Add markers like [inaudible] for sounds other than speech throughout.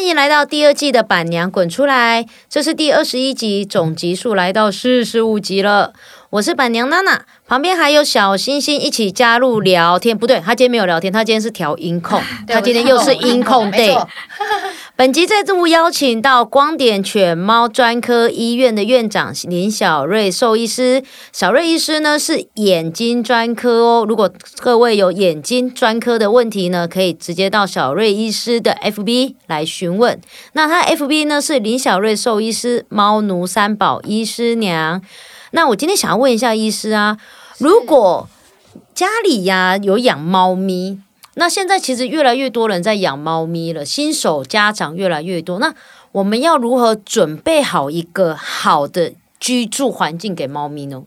迎来到第二季的《板娘滚出来》，这是第二十一集，总集数来到四十五集了。我是板娘娜娜，旁边还有小星星一起加入聊天。不对，他今天没有聊天，他今天是调音控，对他今天又是音控没 day 错。 [laughs] 本集再度邀请到光点犬猫专科医院的院长林小瑞兽医师。小瑞医师呢是眼睛专科哦，如果各位有眼睛专科的问题呢，可以直接到小瑞医师的 FB 来询问。那他 FB 呢是林小瑞兽医师、猫奴三宝医师娘。那我今天想要问一下医师啊，如果家里呀、有养猫咪，那现在其实越来越多人在养猫咪了，新手家长越来越多。那我们要如何准备好一个好的居住环境给猫咪呢？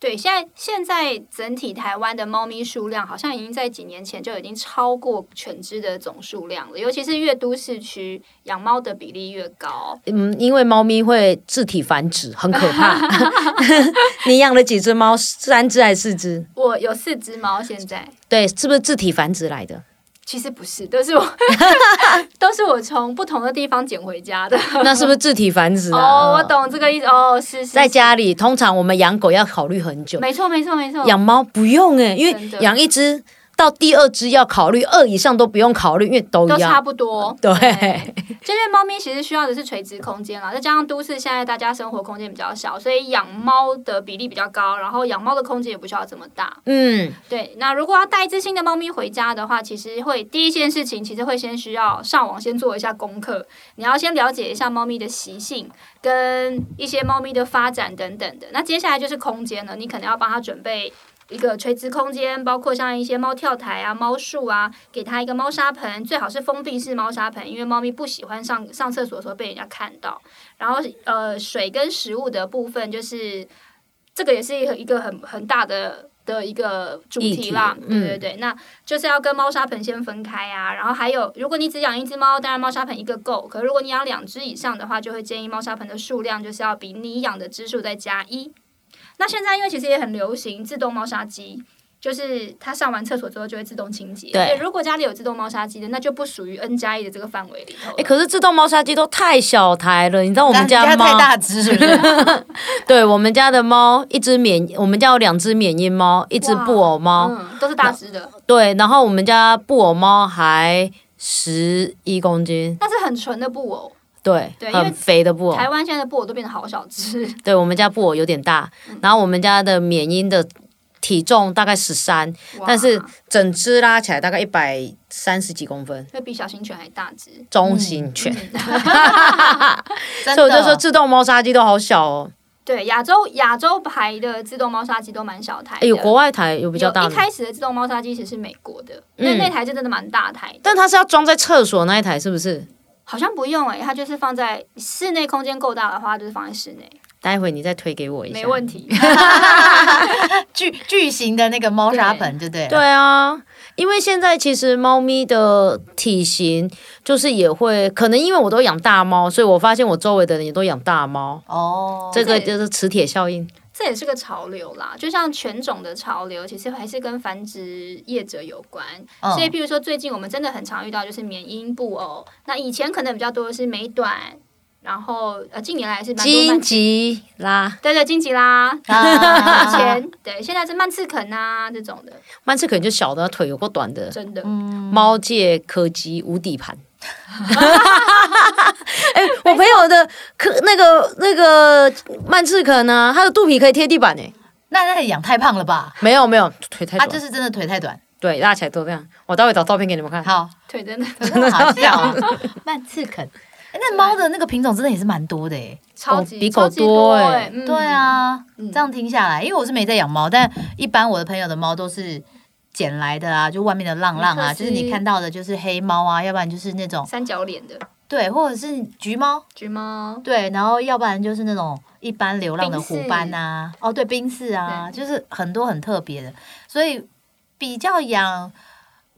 对，现在现在整体台湾的猫咪数量好像已经在几年前就已经超过犬只的总数量了，尤其是越都市区养猫的比例越高。嗯，因为猫咪会自体繁殖，很可 [laughs] 怕。 [laughs] 你养了几只猫？三只还是四只？我有四只猫，现在对，是不是自体繁殖来 [laughs] 的？其实不是，都 [laughs] 是我都是我从不同的地方捡回家的。那是不是自体繁殖、啊？哦，我。懂这个意思。哦，是是，在是家里，通常我们养狗要考虑很久，没错没错没错。养猫不用哎、因真为的养一只到第二只要考虑，二以上都不用考虑，因为都都一差样。不多，对就因为猫咪其实需要的是垂直空间啦，再加上都市现在大家生活空间比较小，所以养猫的比例比较高，然后养猫的空间也不需要这么大。嗯，对，那如果要带一只新的猫咪回家的话，其实会第一件事情，其实会先需要上网先做一下功课，你要先了解一下猫咪的习性跟一些猫咪的发展等等的。那接下来就是空间了，你可能要帮它准备。一个垂直空间，包括像一些猫跳台啊、猫树啊，给它一个猫砂盆，最好是封闭式猫砂盆，因为猫咪不喜欢上上厕所的时候被人家看到。然后呃，水跟食物的部分，就是这个也是一个一个很很大的的一个主议题啦题，嗯对对对，那就是要跟猫砂盆先分开啊。然后还有，如果你只养一只猫，当然猫砂盆一个够，可如果你养两只以上的话，就会建议猫砂盆的数量就是要比你养的只数再加一。那现在因为其实也很流行自动猫砂机。就是它上完厕所之后就会自动清洁。对所以如果家里有自动猫砂机的，那就不属于 N 加一的这个范围里头了。哎、可是自动猫砂机都太小台了，你知道我们你家家猫？太大只是不是？ [laughs] 对我们家的猫，一只缅，我们家有两只缅因猫，一只布偶猫，嗯，都是大只的，对，然后我们家布偶猫还十一公斤，但是很纯的布偶。对，对因为很肥的布偶。台湾现在的布偶都变得好小只，对我们家布偶有点大，嗯然后我们家的缅因的体重大概十三，哇但是整只拉起来大概一百三十几公分，会比小型犬还大只。 [laughs] 中型犬。嗯 [laughs] 所真的以我就说自动猫砂机都好小哦。对，亚洲亚洲牌的自动猫砂机都蛮小台哎，的。有国外台有比较大有一的，开始的自动猫砂机其实是美国的，那、嗯那台真的蛮大台的，但它是要装在厕所那一台是不是？好像不用哎、它就是放在室内空间够大的话，就是放在室内，待会你再推给我一下。没问 [laughs] 题。巨巨型的那个猫砂盆，对不对？对啊，因为现在其实猫咪的体型就是也会，可能因为我都养大猫，所以我发现我周围的人也都养大猫， [laughs] 哦，这个对就是磁铁效应。这也是个潮流啦，就像犬种的潮流，其实还是跟繁殖业者有关。嗯所以，譬如说，最近我们真的很常遇到就是缅因布偶，那以前可能比较多的是美短，然后呃，近年来是蛮多金曼，吉拉对对，金吉拉。 [laughs] 以啊前对，现在是曼赤肯啊这种的，曼彻可能就小的，腿有够短的，真的、嗯猫界柯基无底 [laughs] 盘。哎、我朋友的柯那个那个曼赤肯呢，它的肚皮可以贴地板哎、那那养太胖了吧？ [laughs] 没有没有，腿太他短，就是真的腿太短。对拉起来都这样。我待会找照片给你们看。好，腿真的真的好笑啊， [laughs] 慢刺啃。哎那猫的那个品种真的也是蛮多的哎。超级、比狗超级多多欸欸嗯对啊，嗯这样听下来，因为我是没在养猫，但一般我的朋友的猫都是捡来的啊，就外面的浪浪啊，米克斯就是你看到的，就是黑猫啊，要不然就是那种三角脸的对，或者是橘猫，橘猫，对，然后要不然就是那种一般流浪的虎斑呐、哦，对，冰室啊，就是很多很特别的，所以比较养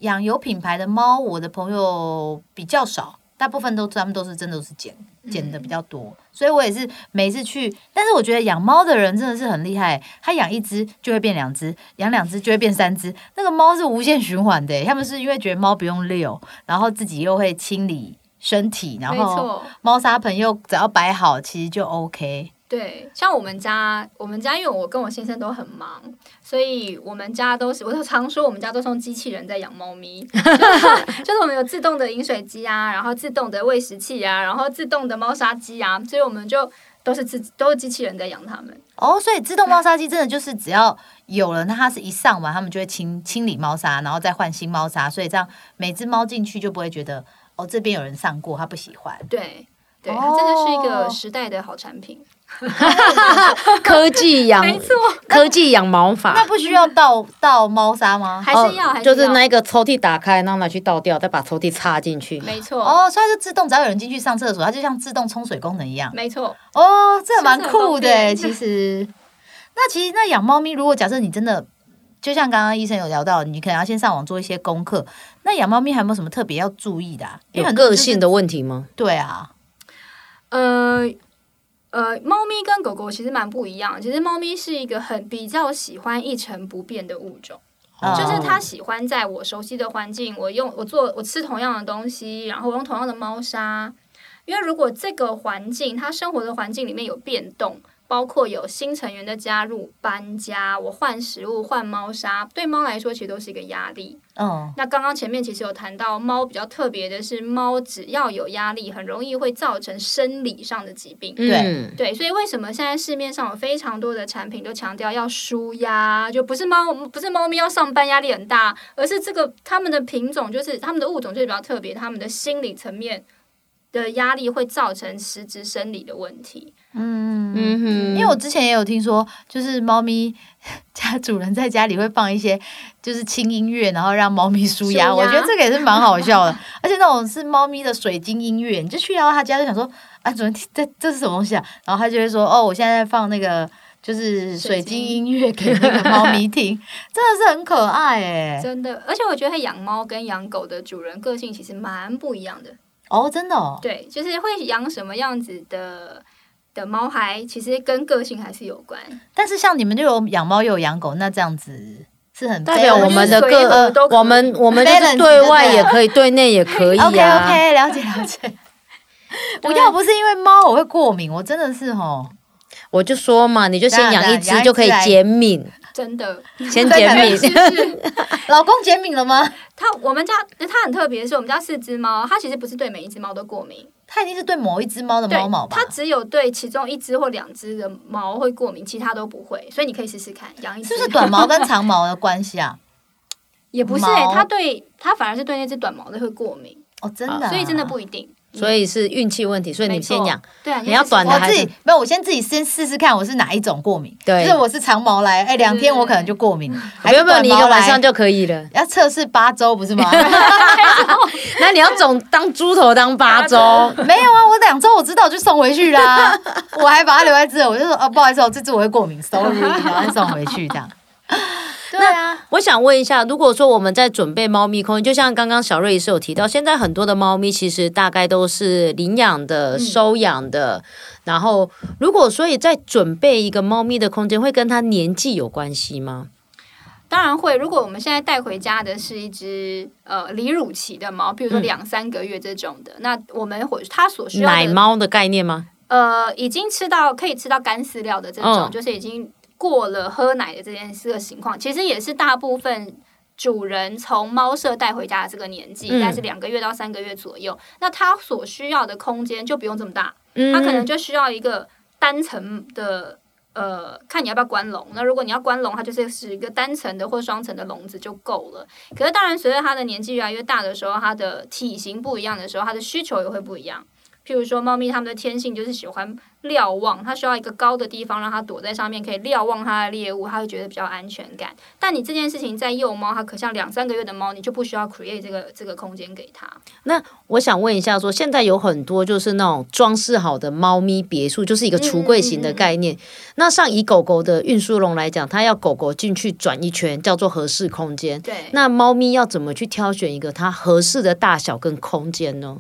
养有品牌的猫，我的朋友比较少，大部分都他们都是真的都是捡嗯捡的比较多，所以我也是每次去，但是我觉得养猫的人真的是很厉害，他养一只就会变两只，养两只就会变三只，欸那个猫是无限循环的，他们是因为觉得猫不用遛，然后自己又会清理。身体，然没后错，猫砂盆又只要摆好，其实就 OK。对，像我们家，我们家因为我跟我先生都很忙，所以我们家都是，我就常说我们家都是用机器人在养猫咪， [laughs] 就是就是我们有自动的饮水机啊，然后自动的喂食器啊，然后自动的猫砂机啊，所以我们就都是自都是机器人在养它们。哦，所以自动猫砂机真的就是只要有了，那它是一上完，它们就会清清理猫砂，然后再换新猫砂，所以这样每只猫进去就不会觉得哦这边有人上过，它不喜欢。对，对，它真的是一哦个时代的好产品。 [laughs] 科技养没错，科技养毛那法，哦不需要倒倒猫砂吗？还是要，还是要，就是那一个抽屉打开，然后拿去倒掉，再把抽屉插进去。没错，哦，所以它就自动，只要有人进去上厕所，它就像自动冲水功能一样。没错，哦，这蛮酷的欸，是不是很方便其实。 [laughs] 那其实那养猫咪，如果假设你真的，就像刚刚医生有聊到，你可能要先上网做一些功课。那养猫咪还有没有什么特别要注意的、啊？因有为很多个人就是性的问题吗？对啊，呃。呃，猫咪跟狗狗其实蛮不一样。其实猫咪是一个很比较喜欢一成不变的物种，哦就是它喜欢在我熟悉的环境，我用我做我吃同样的东西，然后我用同样的猫砂。因为如果这个环境它生活的环境里面有变动，包括有新成员的加入、搬家，我换食物、换猫砂，对猫来说其实都是一个压力。嗯，那刚刚前面其实有谈到，猫比较特别的是，猫只要有压力，很容易会造成生理上的疾病。对嗯，对，所以为什么现在市面上有非常多的产品都强调要舒压，就不是猫不是猫咪要上班压力很大，而是这个它们的品种就是它们的物种就是比较特别，它们的心理层面的压力会造成实质生理的问题。嗯哼因为我之前也有听说，就是猫咪 [laughs] 家主人在家里会放一些就是轻音乐，然后让猫咪舒舒压。压我觉得这个也是蛮好笑的，而且那种是猫咪的水晶音乐，你就去到他家就想说，啊，主人这这是什么东西啊？然后他就会说，哦，我现在在放那个就是水水晶晶音乐给那个猫咪听，真的是很可爱哎、真的，而且我觉得养猫跟养狗的主人个性其实蛮不一样的。哦，真的哦，对，就是会养什么样子的的猫孩，其实跟个性还是有关。但是像你们就有养猫又有养狗，那这样子是很代表我们的就是随和个都，可以我们我们就 Balance 是对外就对也了可以，对内也可以 OK [laughs] 啊。 OK，了解了 [laughs] 解。我啊要不是因为猫，我会过敏，我真的 [laughs] 是哦。我就说嘛，你就先养一当然养一只只就可以减敏，真 [laughs] 的，先减敏。是不是？老公减敏了吗？它我们家它很特别，是我们家四只猫，它其实不是对每一只猫都过敏，他一定是对某一只猫的对猫毛，吧它？只有对其中一只或两只的毛会过敏，其他都不会。所以你可以试试看，养一只是不是短毛跟长毛的关系啊？ [laughs] 也不是、欸毛，它对它反而是对那只短毛的会过敏，哦，真的啊、所以真的不一定。 [laughs] 所以是运气问题，所以你没错先养。对啊，你要试试短的我看还自是己没有，我先自己先试试看我是哪一种过敏。对就是我是长毛来，哎、两天对我可能就过嗯敏了。还不是用不用，你一短个毛来晚上就可以了。要测试八周不是 [laughs] 吗？ [laughs] 那你要总当猪头当八周，没有啊，我两周我知道我就送回去啦， [laughs] 我还把它留在这，我就说哦，不好意思，我这次我会过敏，sorry，然后再送回去这样。对啊， [laughs] 我想问一下，如果说我们在准备猫咪空间，就像刚刚小瑞医师有提到，现在很多的猫咪其实大概都是领养的、收养的，然后如果所以在准备一个猫咪的空间，会跟它年纪有关系吗？当然会。如果我们现在带回家的是一只呃离乳期的猫，比如说嗯两三个月这种的，那我们会它所需要奶的猫的概念吗？呃已经吃到可以吃到干饲料的这种，嗯就是已经过了喝奶的这件事的情况，其实也是大部分。主人从猫舍带回家的这个年纪，嗯大概是两个月到三个月左右，那它所需要的空间就不用这么大，嗯它可能就需要一个单层的，呃，看你要不要关笼。那如果你要关笼，它就是是一个单层的或双层的笼子就够了。可是当然，随着它的年纪越来越大的时候，它的体型不一样的时候，它的需求也会不一样。譬如说，猫咪它们的天性就是喜欢瞭望，它需要一个高的地方让它躲在上面，可以瞭望它的猎物，它会觉得比较安全感。但你这件事情在幼猫，它可像两三个月的猫，你就不需要 create 这个这个空间给它。我想问一下说现在有很多就是那种装饰好的猫咪别墅，就是一个橱柜型的概念。那像以狗狗的运输笼来讲，它要狗狗进去转一圈，叫做合适空间。对，那猫咪要怎么去挑选一个它合适的大小跟空间呢？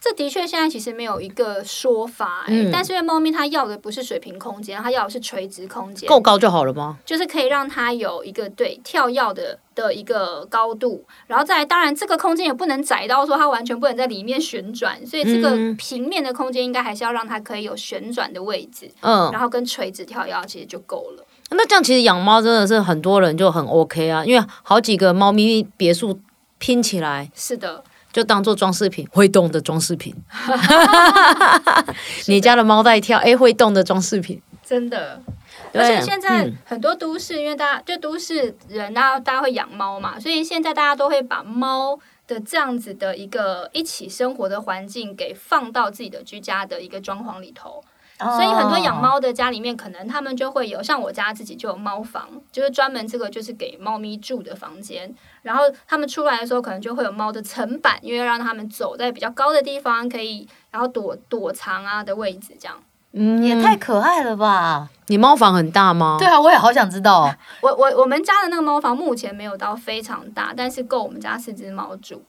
这的确现在其实没有一个说法、欸，嗯但是因为猫咪它要的不是水平空间，它要的是垂直空间，够高就好了吗？就是可以让它有一个对跳跃的的一个高度，然后再来当然这个空间也不能窄到说它完全不能在里面旋转，所以这嗯个平面的空间应该还是要让它可以有旋转的位置，嗯，然后跟垂直跳跃其实就够了。那这样其实养猫真的是很多人就很 OK 啊，因为好几个猫咪别墅拼起来是的，就当做装饰品，会动的装饰 [laughs] 品。 [laughs] 你家的猫在跳，诶，会动的装饰品。真的。对而且现在嗯很多都市，因为大家就都市人啊，大家会养猫嘛，所以现在大家都会把猫的这样子的一个一起生活的环境给放到自己的居家的一个装潢里头。 [laughs] 所以很多养哦猫的家里面，可能他们就会有，像我家自己就有猫房，就是专门这个就是给猫咪住的房间。然后他们出来的时候，可能就会有猫的层板，因为让他们走在比较高的地方，可以然后躲躲藏啊的位置这样。嗯也太可爱了吧！你猫房很大吗？对啊，我也好想知道哦。我我我们家的那个猫房目前没有到非常大，但是够我们家四只猫住。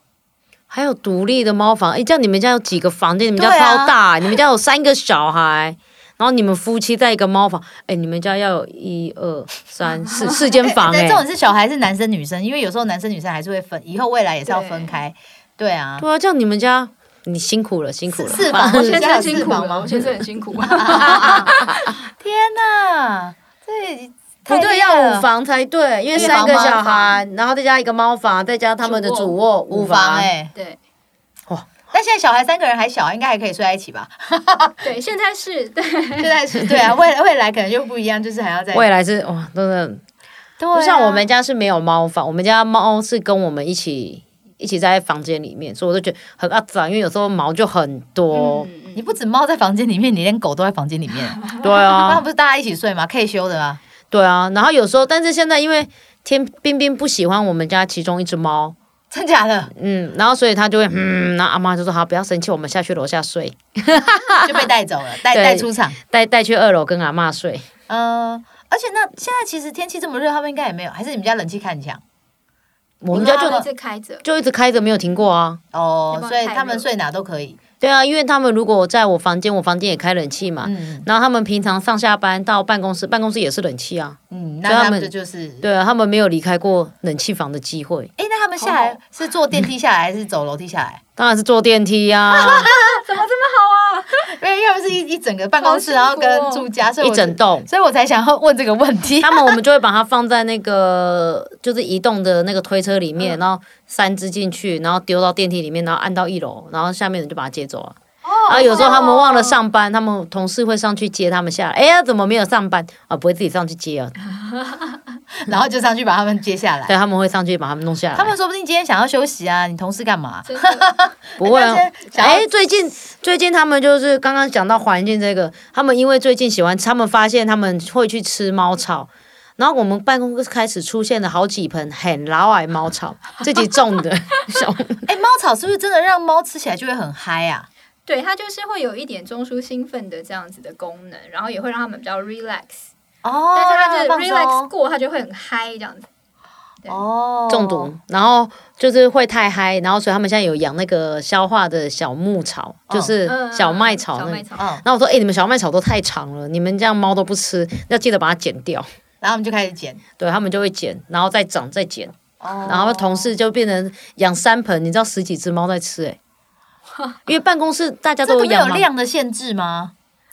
还有独立的猫房，诶，这样你们家有几个房间？你们家对啊超大、你们家有三个小孩，然后你们夫妻在一个猫房，诶，你们家要有一二三四 [laughs] 四间房、但诶。这种是小孩是男生女生，因为有时候男生女生还是会分，以后未来也是要分开。对啊，对啊，这样你们家你辛苦了，辛苦了。 [laughs] 四房，我现先在生有辛四苦房了，吗我？先生很辛苦。 [laughs] 天哪，这不对，太厉害要了五房才对，因为一三房个猫小房孩，然后再加一个猫房，再加他们的主主卧卧，五房哎、对但现在小孩三个人还小，应该还可以睡在一起 [laughs] 吧？对，现在是对现在是对啊，未来未来可能就不一样，就是还要在未来是哇，真的，对啊就像我们家是没有猫房，我们家猫是跟我们一起一起在房间里面，所以我都觉得很肮脏，因为有时候毛就很多。嗯你不止猫在房间里面，你连狗都在房间里 [laughs] 面， [laughs] 对那啊，不是大家一起睡吗？可以休的吗？对啊。然后有时候，但是现在因为天冰冰不喜欢我们家其中一只猫，真假 [laughs] 的嗯，然后所以它就会嗯，然后阿妈就说好，不要生气，我们下去楼下睡，就被带走了，带对带出场。带带去二楼跟阿妈睡。嗯，而且那现在其实天气这么热，他们应该也没有，还是你们家冷气开很强我们家就因为它一直开着，就一直开着，没有停过啊。哦要，不所然以太他们热睡哪都可以。对啊，因为他们如果在我房间，我房间也开冷气嘛。嗯然后他们平常上下班到办公室，办公室也是冷气啊。嗯，所以那他他们们就是，对啊，他们没有离开过冷气房的机会，哎，那他们下来 [laughs] 是坐电梯下来还是走楼梯下来？当然是坐电梯啊，因为要不是一一整个办公室，然好后辛苦哦跟住家，所以一我整栋。所以我才想要问这个问 [laughs] 题。他们我们就会把它放在那个就是移动的那个推车里面，然后三只进去，然后丢到电梯里面，然后按到一楼，然后下面人就把它接走啊。然后有时候他们忘了上班，他们同事会上去接他们下来。哎呀，怎么没有上班啊？不会自己上去接啊？ [laughs] 然后就上去把他们接下来。对，他们会上去把他们弄下来。他们说不定今天想要休息啊，你同事干嘛？真的不会啊人家是。想要哎，最近最近他们就是刚刚讲到环境这个，他们因为最近喜欢，他们发现他们会去吃猫草。然后我们办公室开始出现了好几盆很老矮猫 [laughs] 草，自己种的，小哦哎，猫草是不是真的让猫吃起来就会很嗨啊？对，它就是会有一点中枢兴奋的这样子的功能，然后也会让它们比较 relax，哦，但是它就是让放哦 relax 松过，它就会很嗨这样子。对哦，中毒。然后就是会太嗨，然后所以他们现在有养那个消化的小牧草，就是嗯小麦草小那麦个。草，嗯，然后我说：“哎、你们小麦草都太长了，你们这样猫都不吃，要记得把它剪掉。然后我们就开始剪，”对他们就会剪，然后再长再剪。哦然后同事就变成养三盆，你知道十几只猫在吃 [laughs] 哎、因为办公室大家这都个没有养嘛，量的限制吗？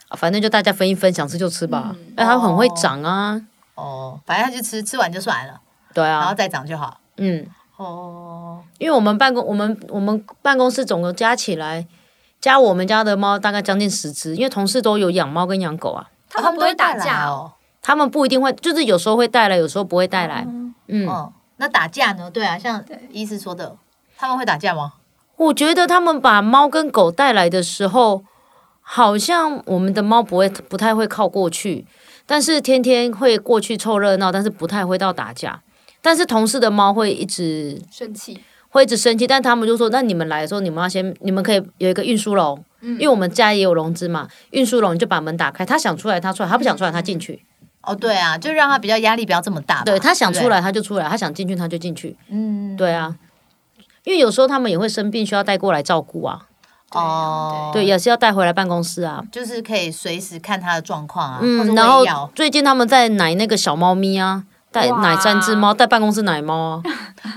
啊反正就大家分一分，想吃就吃吧嗯。哎、它很会长啊，哦，反正他就吃，吃完就算了，对然后啊，再长就好。嗯，哦，因为我们办公，我们我们办公室总共加起来，加我们家的猫大概将近十只，因为同事都有养猫跟养狗啊，它们不会打架哦。哦。他们不一定会，就是有时候会带来，有时候不会带来，嗯，嗯，那打架呢？对啊，像对医师说的，他们会打架吗？我觉得他们把猫跟狗带来的时候，好像我们的猫不会不太会靠过去，但是天天会过去凑热闹，但是不太会到打架。但是同事的猫会一直生气，会一直生气，但他们就说：“那你们来的时候，你们要先，你们可以有一个运输笼，嗯因为我们家也有笼子嘛，运输笼你就把门打开，他想出来他出来，他不想出来他进去，哦，对啊，就让他比较压力不要这么大吧。对他想不出，来他就出来，他想进去他就进去，嗯，对啊，因为有时候他们也会生病，需要带过来照顾啊，对啊对哦，对，也是要带回来办公室啊。就是可以随时看它的状况啊，或者嗯，然喂后药。最近他们在奶那个小猫咪啊，带哇奶三只猫，带办公室奶猫 [laughs]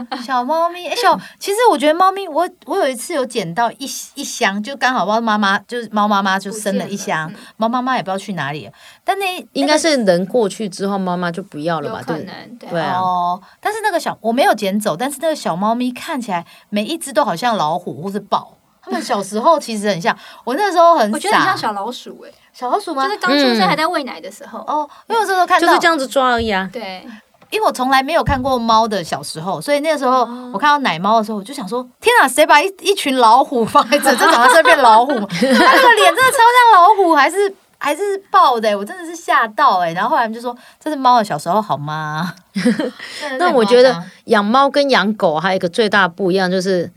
啊。小猫咪，哎、嗯小，其实我觉得猫咪，我我有一次有捡到一一箱，就刚好猫妈妈就是猫妈妈就生了一箱不见了，猫妈妈也不知道去哪里了，但那嗯应该是人过去之后，妈妈就不要了有吧？可对不对？能对对啊哦，但是那个小我没有捡走，但是那个小猫咪看起来每一只都好像老虎或是豹。它们小时候其实 [laughs] 很像，我那时候很傻，我觉得很像小老鼠哎、小老鼠吗？就是刚出生嗯还在喂奶的时候。哦，因为我这时候看就到，是这样子抓而已啊。对，因为我从来没有看过猫的小时候，所以那个时候我看到奶猫的时候，我就想说：天啊，谁把一一群老虎放在这？这长得像变老 [laughs] 虎吗？它那个脸真的超像老虎，还是还是豹的、我真的是吓到哎、然后后来他们就说：这是猫的小时候好 [laughs] 吗？那我觉得养猫跟养狗还有一个最大不一样，就是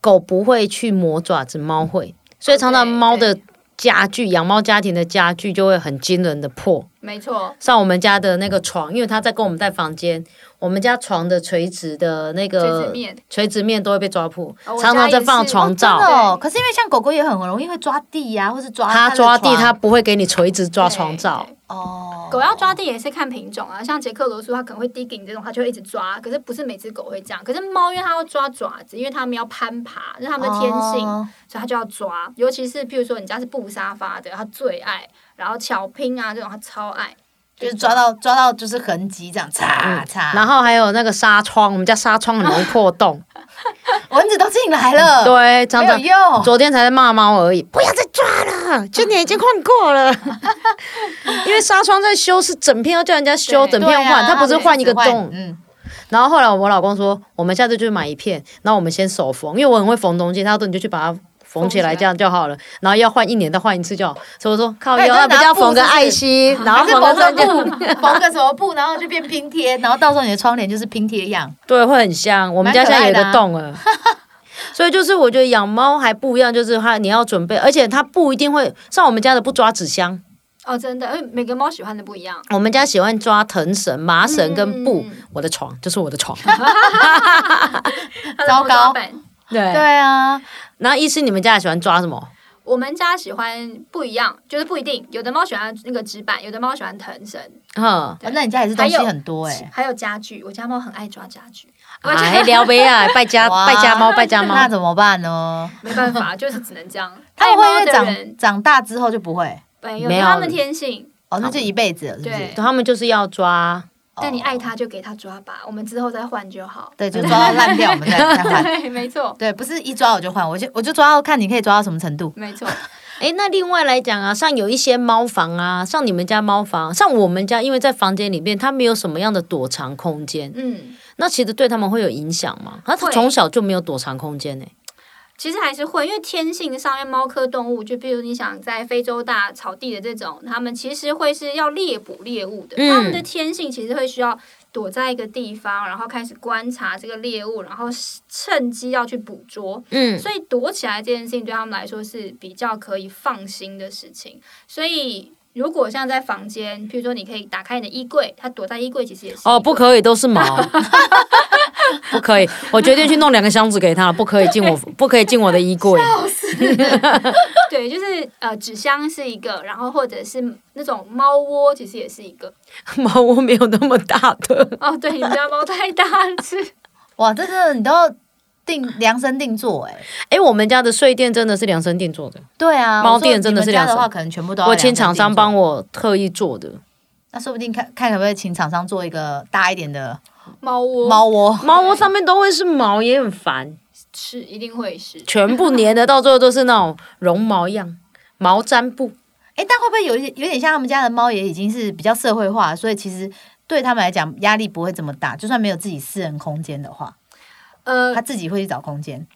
狗不会去磨爪子，猫会，所以常常对猫的哦对家具，养猫家庭的家具就会很惊人的破。没错，像我们家的那个床，因为它在跟我们在房间，我们家床的垂直的那垂直个面垂直面都会被抓破，哦我常家常也在放是床哦罩。真的哦、对可是因为像狗狗也很容易会抓地呀、或是抓它抓地，它它不会给你垂直抓床对罩。对哦，狗要抓地也是看品种啊，像捷克罗素，它可能会 digging 这种，它就会一直抓。可是不是每只狗会这样。可是猫，因为它要抓爪子，因为它们要攀爬，这是它们的天性，哦所以它就要抓。尤其是譬如说你家是布沙发的，它最爱。然后巧拼啊这种，它超爱。就是抓到抓到就是痕迹这样，擦擦，嗯然后还有那个纱窗，我们家纱窗很容易破 [laughs] 洞。蚊子都进来了，，嗯对，常哦没有常用。昨天才在骂猫而已，不要再抓了，去年已经换过 [laughs] 了。因为纱窗在修，是整片要叫人家修，对整片换，它它不是换一个洞。嗯，然后后来我老公说，我们下次就买一片，然后我们先手缝，因为我很会缝东西，他说你就去把它。缝起来缝起来这样就好了， [laughs] 然后要换一年再换一次就好。所以我说靠哎腰，那要不拿要布缝个是不是爱心，然后还是缝缝个个三角 [laughs] 布，缝个什么布，然后就变拼贴，然后到时候你的窗帘就是拼贴样。对，会很香。我们家现在有一个洞了，所以就是我觉得养猫还不一样，就是它你要准备，而且它不一定会像我们家的不抓纸箱，哦，真的，因为每个猫喜欢的不一样。我们家喜欢抓藤绳、麻绳跟布。嗯我的床就是我的床，它的糟猫抓糕板对。对啊，然后医师，你们家也喜欢抓什么？我们家喜欢不一样，就是不一定。有的猫喜欢那个纸板，有的猫喜欢藤绳，哼，哦那你家也是东西还有很多哎。还有家具。我家猫很爱抓家具，我家哎，撩杯啊，败家哇败家猫，败家那猫。怎么办呢？没办法， [laughs] 就是只能这样。它爱会猫不会的人长长大之后就不会？没有，没有他们天性。哦，那就一辈子了，是不是对？他们就是要抓，哦但你爱它就给它抓吧，我们之后再换就好。对，就抓到烂掉，我们再再 [laughs] 换。对，没错，对，不是一抓我就换，我就我就抓到看你可以抓到什么程度。没 [laughs] 错，哎，那另外来讲啊，像有一些猫房啊，像你们家猫房，像我们家，因为在房间里面，它没有什么样的躲藏空间，嗯，那其实对他们会有影响吗？啊他会从小就没有躲藏空间呢、欸其实还是会，因为天性上面猫科动物，就比如你想在非洲大草地的这种，它们其实会是要猎捕猎物的，嗯它们的天性其实会需要躲在一个地方，然后开始观察这个猎物，然后趁机要去捕捉。嗯，所以躲起来这件事情对他们来说是比较可以放心的事情。所以如果像在房间，譬如说你可以打开你的衣柜，它躲在衣柜其实也是哦，一个不可以，都是毛， [laughs] 不可以。我决定去弄两个箱子给他，不可以进我，不可以进我的衣柜。对，就是呃纸箱是一个，然后或者是那种猫窝其实也是一个。猫窝没有那么大的，哦，对，你们家猫太大了，是哇，这个你都要定量身定做哎。 [laughs] 哎，我们家的睡垫真的是量身定做的，对啊，猫我说店真的你们是家量的身话，可能全部都要啊我量身请厂商定做帮我特意做的。那说不定看看可不可以请厂商做一个大一点的猫窝，猫窝，猫窝上面都会是毛，也很烦，是一定会是。全部粘的，到最后都是那种绒毛样。毛毡布，哎、但会不会有一些有点像他们家的猫也已经是比较社会化，所以其实对他们来讲压力不会这么大，就算没有自己私人空间的话，呃它自己会去找 [laughs] 空间。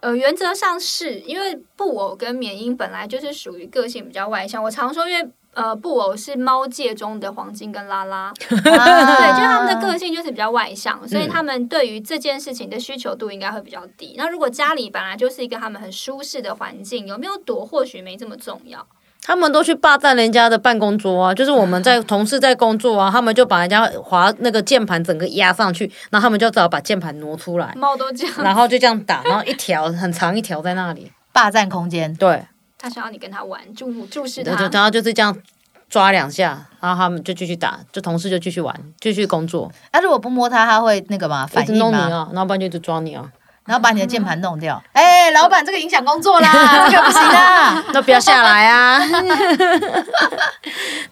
呃，原则上是因为布偶跟缅因本来就是属于个性比较外向。我常说，因为呃布偶是猫界中的黄金跟拉拉，对，啊啊对就是他们的个性就是比较外向，嗯所以他们对于这件事情的需求度应该会比较低。那如果家里本来就是一个他们很舒适的环境，有没有躲或许没这么重要。他们都去霸占人家的办公桌啊，就是我们在同事在工作啊，他们就把人家滑那个键盘整个压上去，然后他们就只好把键盘挪出来，猫都这样，然后就这样打，然后一条很长一条在那里。霸占空间，对，他想要你跟他玩，注注视然后他就，然后就是这样抓两下，然后他们就继续打，就同事就继续玩，继续工作，他、如果不摸它，它会那个嘛一反直应啊弄你嘛，啊，然后不然就一直抓你啊，然后把你的键盘弄掉。哎、老板，这个影响工作啦，这个不行啊。 [laughs] 那不要下来啊。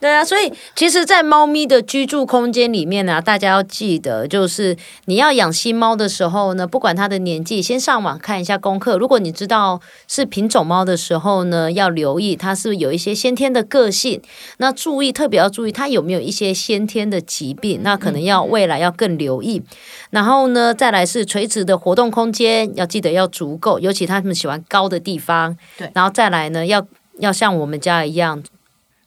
对啊，所以其实，在猫咪的居住空间里面呢、大家要记得，就是你要养新猫的时候呢，不管它的年纪，先上网看一下功课。如果你知道是品种猫的时候呢，要留意它是不是有一些先天的个性，那注意特别要注意它有没有一些先天的疾病，嗯那可能要未来要更留意。然后呢，再来是垂直的活动空间，要记得要足够，尤其它们喜欢高的地方。对然后再来呢，要要像我们家一样。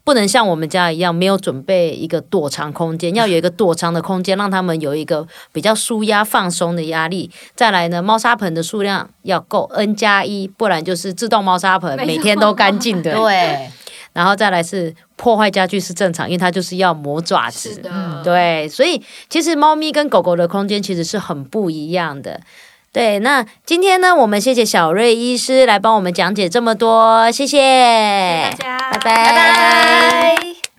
不能像我们家一样没有准备一个躲藏空 [laughs] 间，要有一个躲藏的空间，让它们有一个比较舒压放松的压力。再来呢，猫砂盆的数量要够 n 加一，不然就是自动猫砂盆没错每天都干净 [laughs] 的。对，然后再来是破坏家具是正常，因为它就是要磨爪是子。的，，对，所以其实猫咪跟狗狗的空间其实是很不一样的。对，那今天呢，我们谢谢小瑞医师来帮我们讲解这么多，谢谢谢谢大家嗯拜拜，拜拜。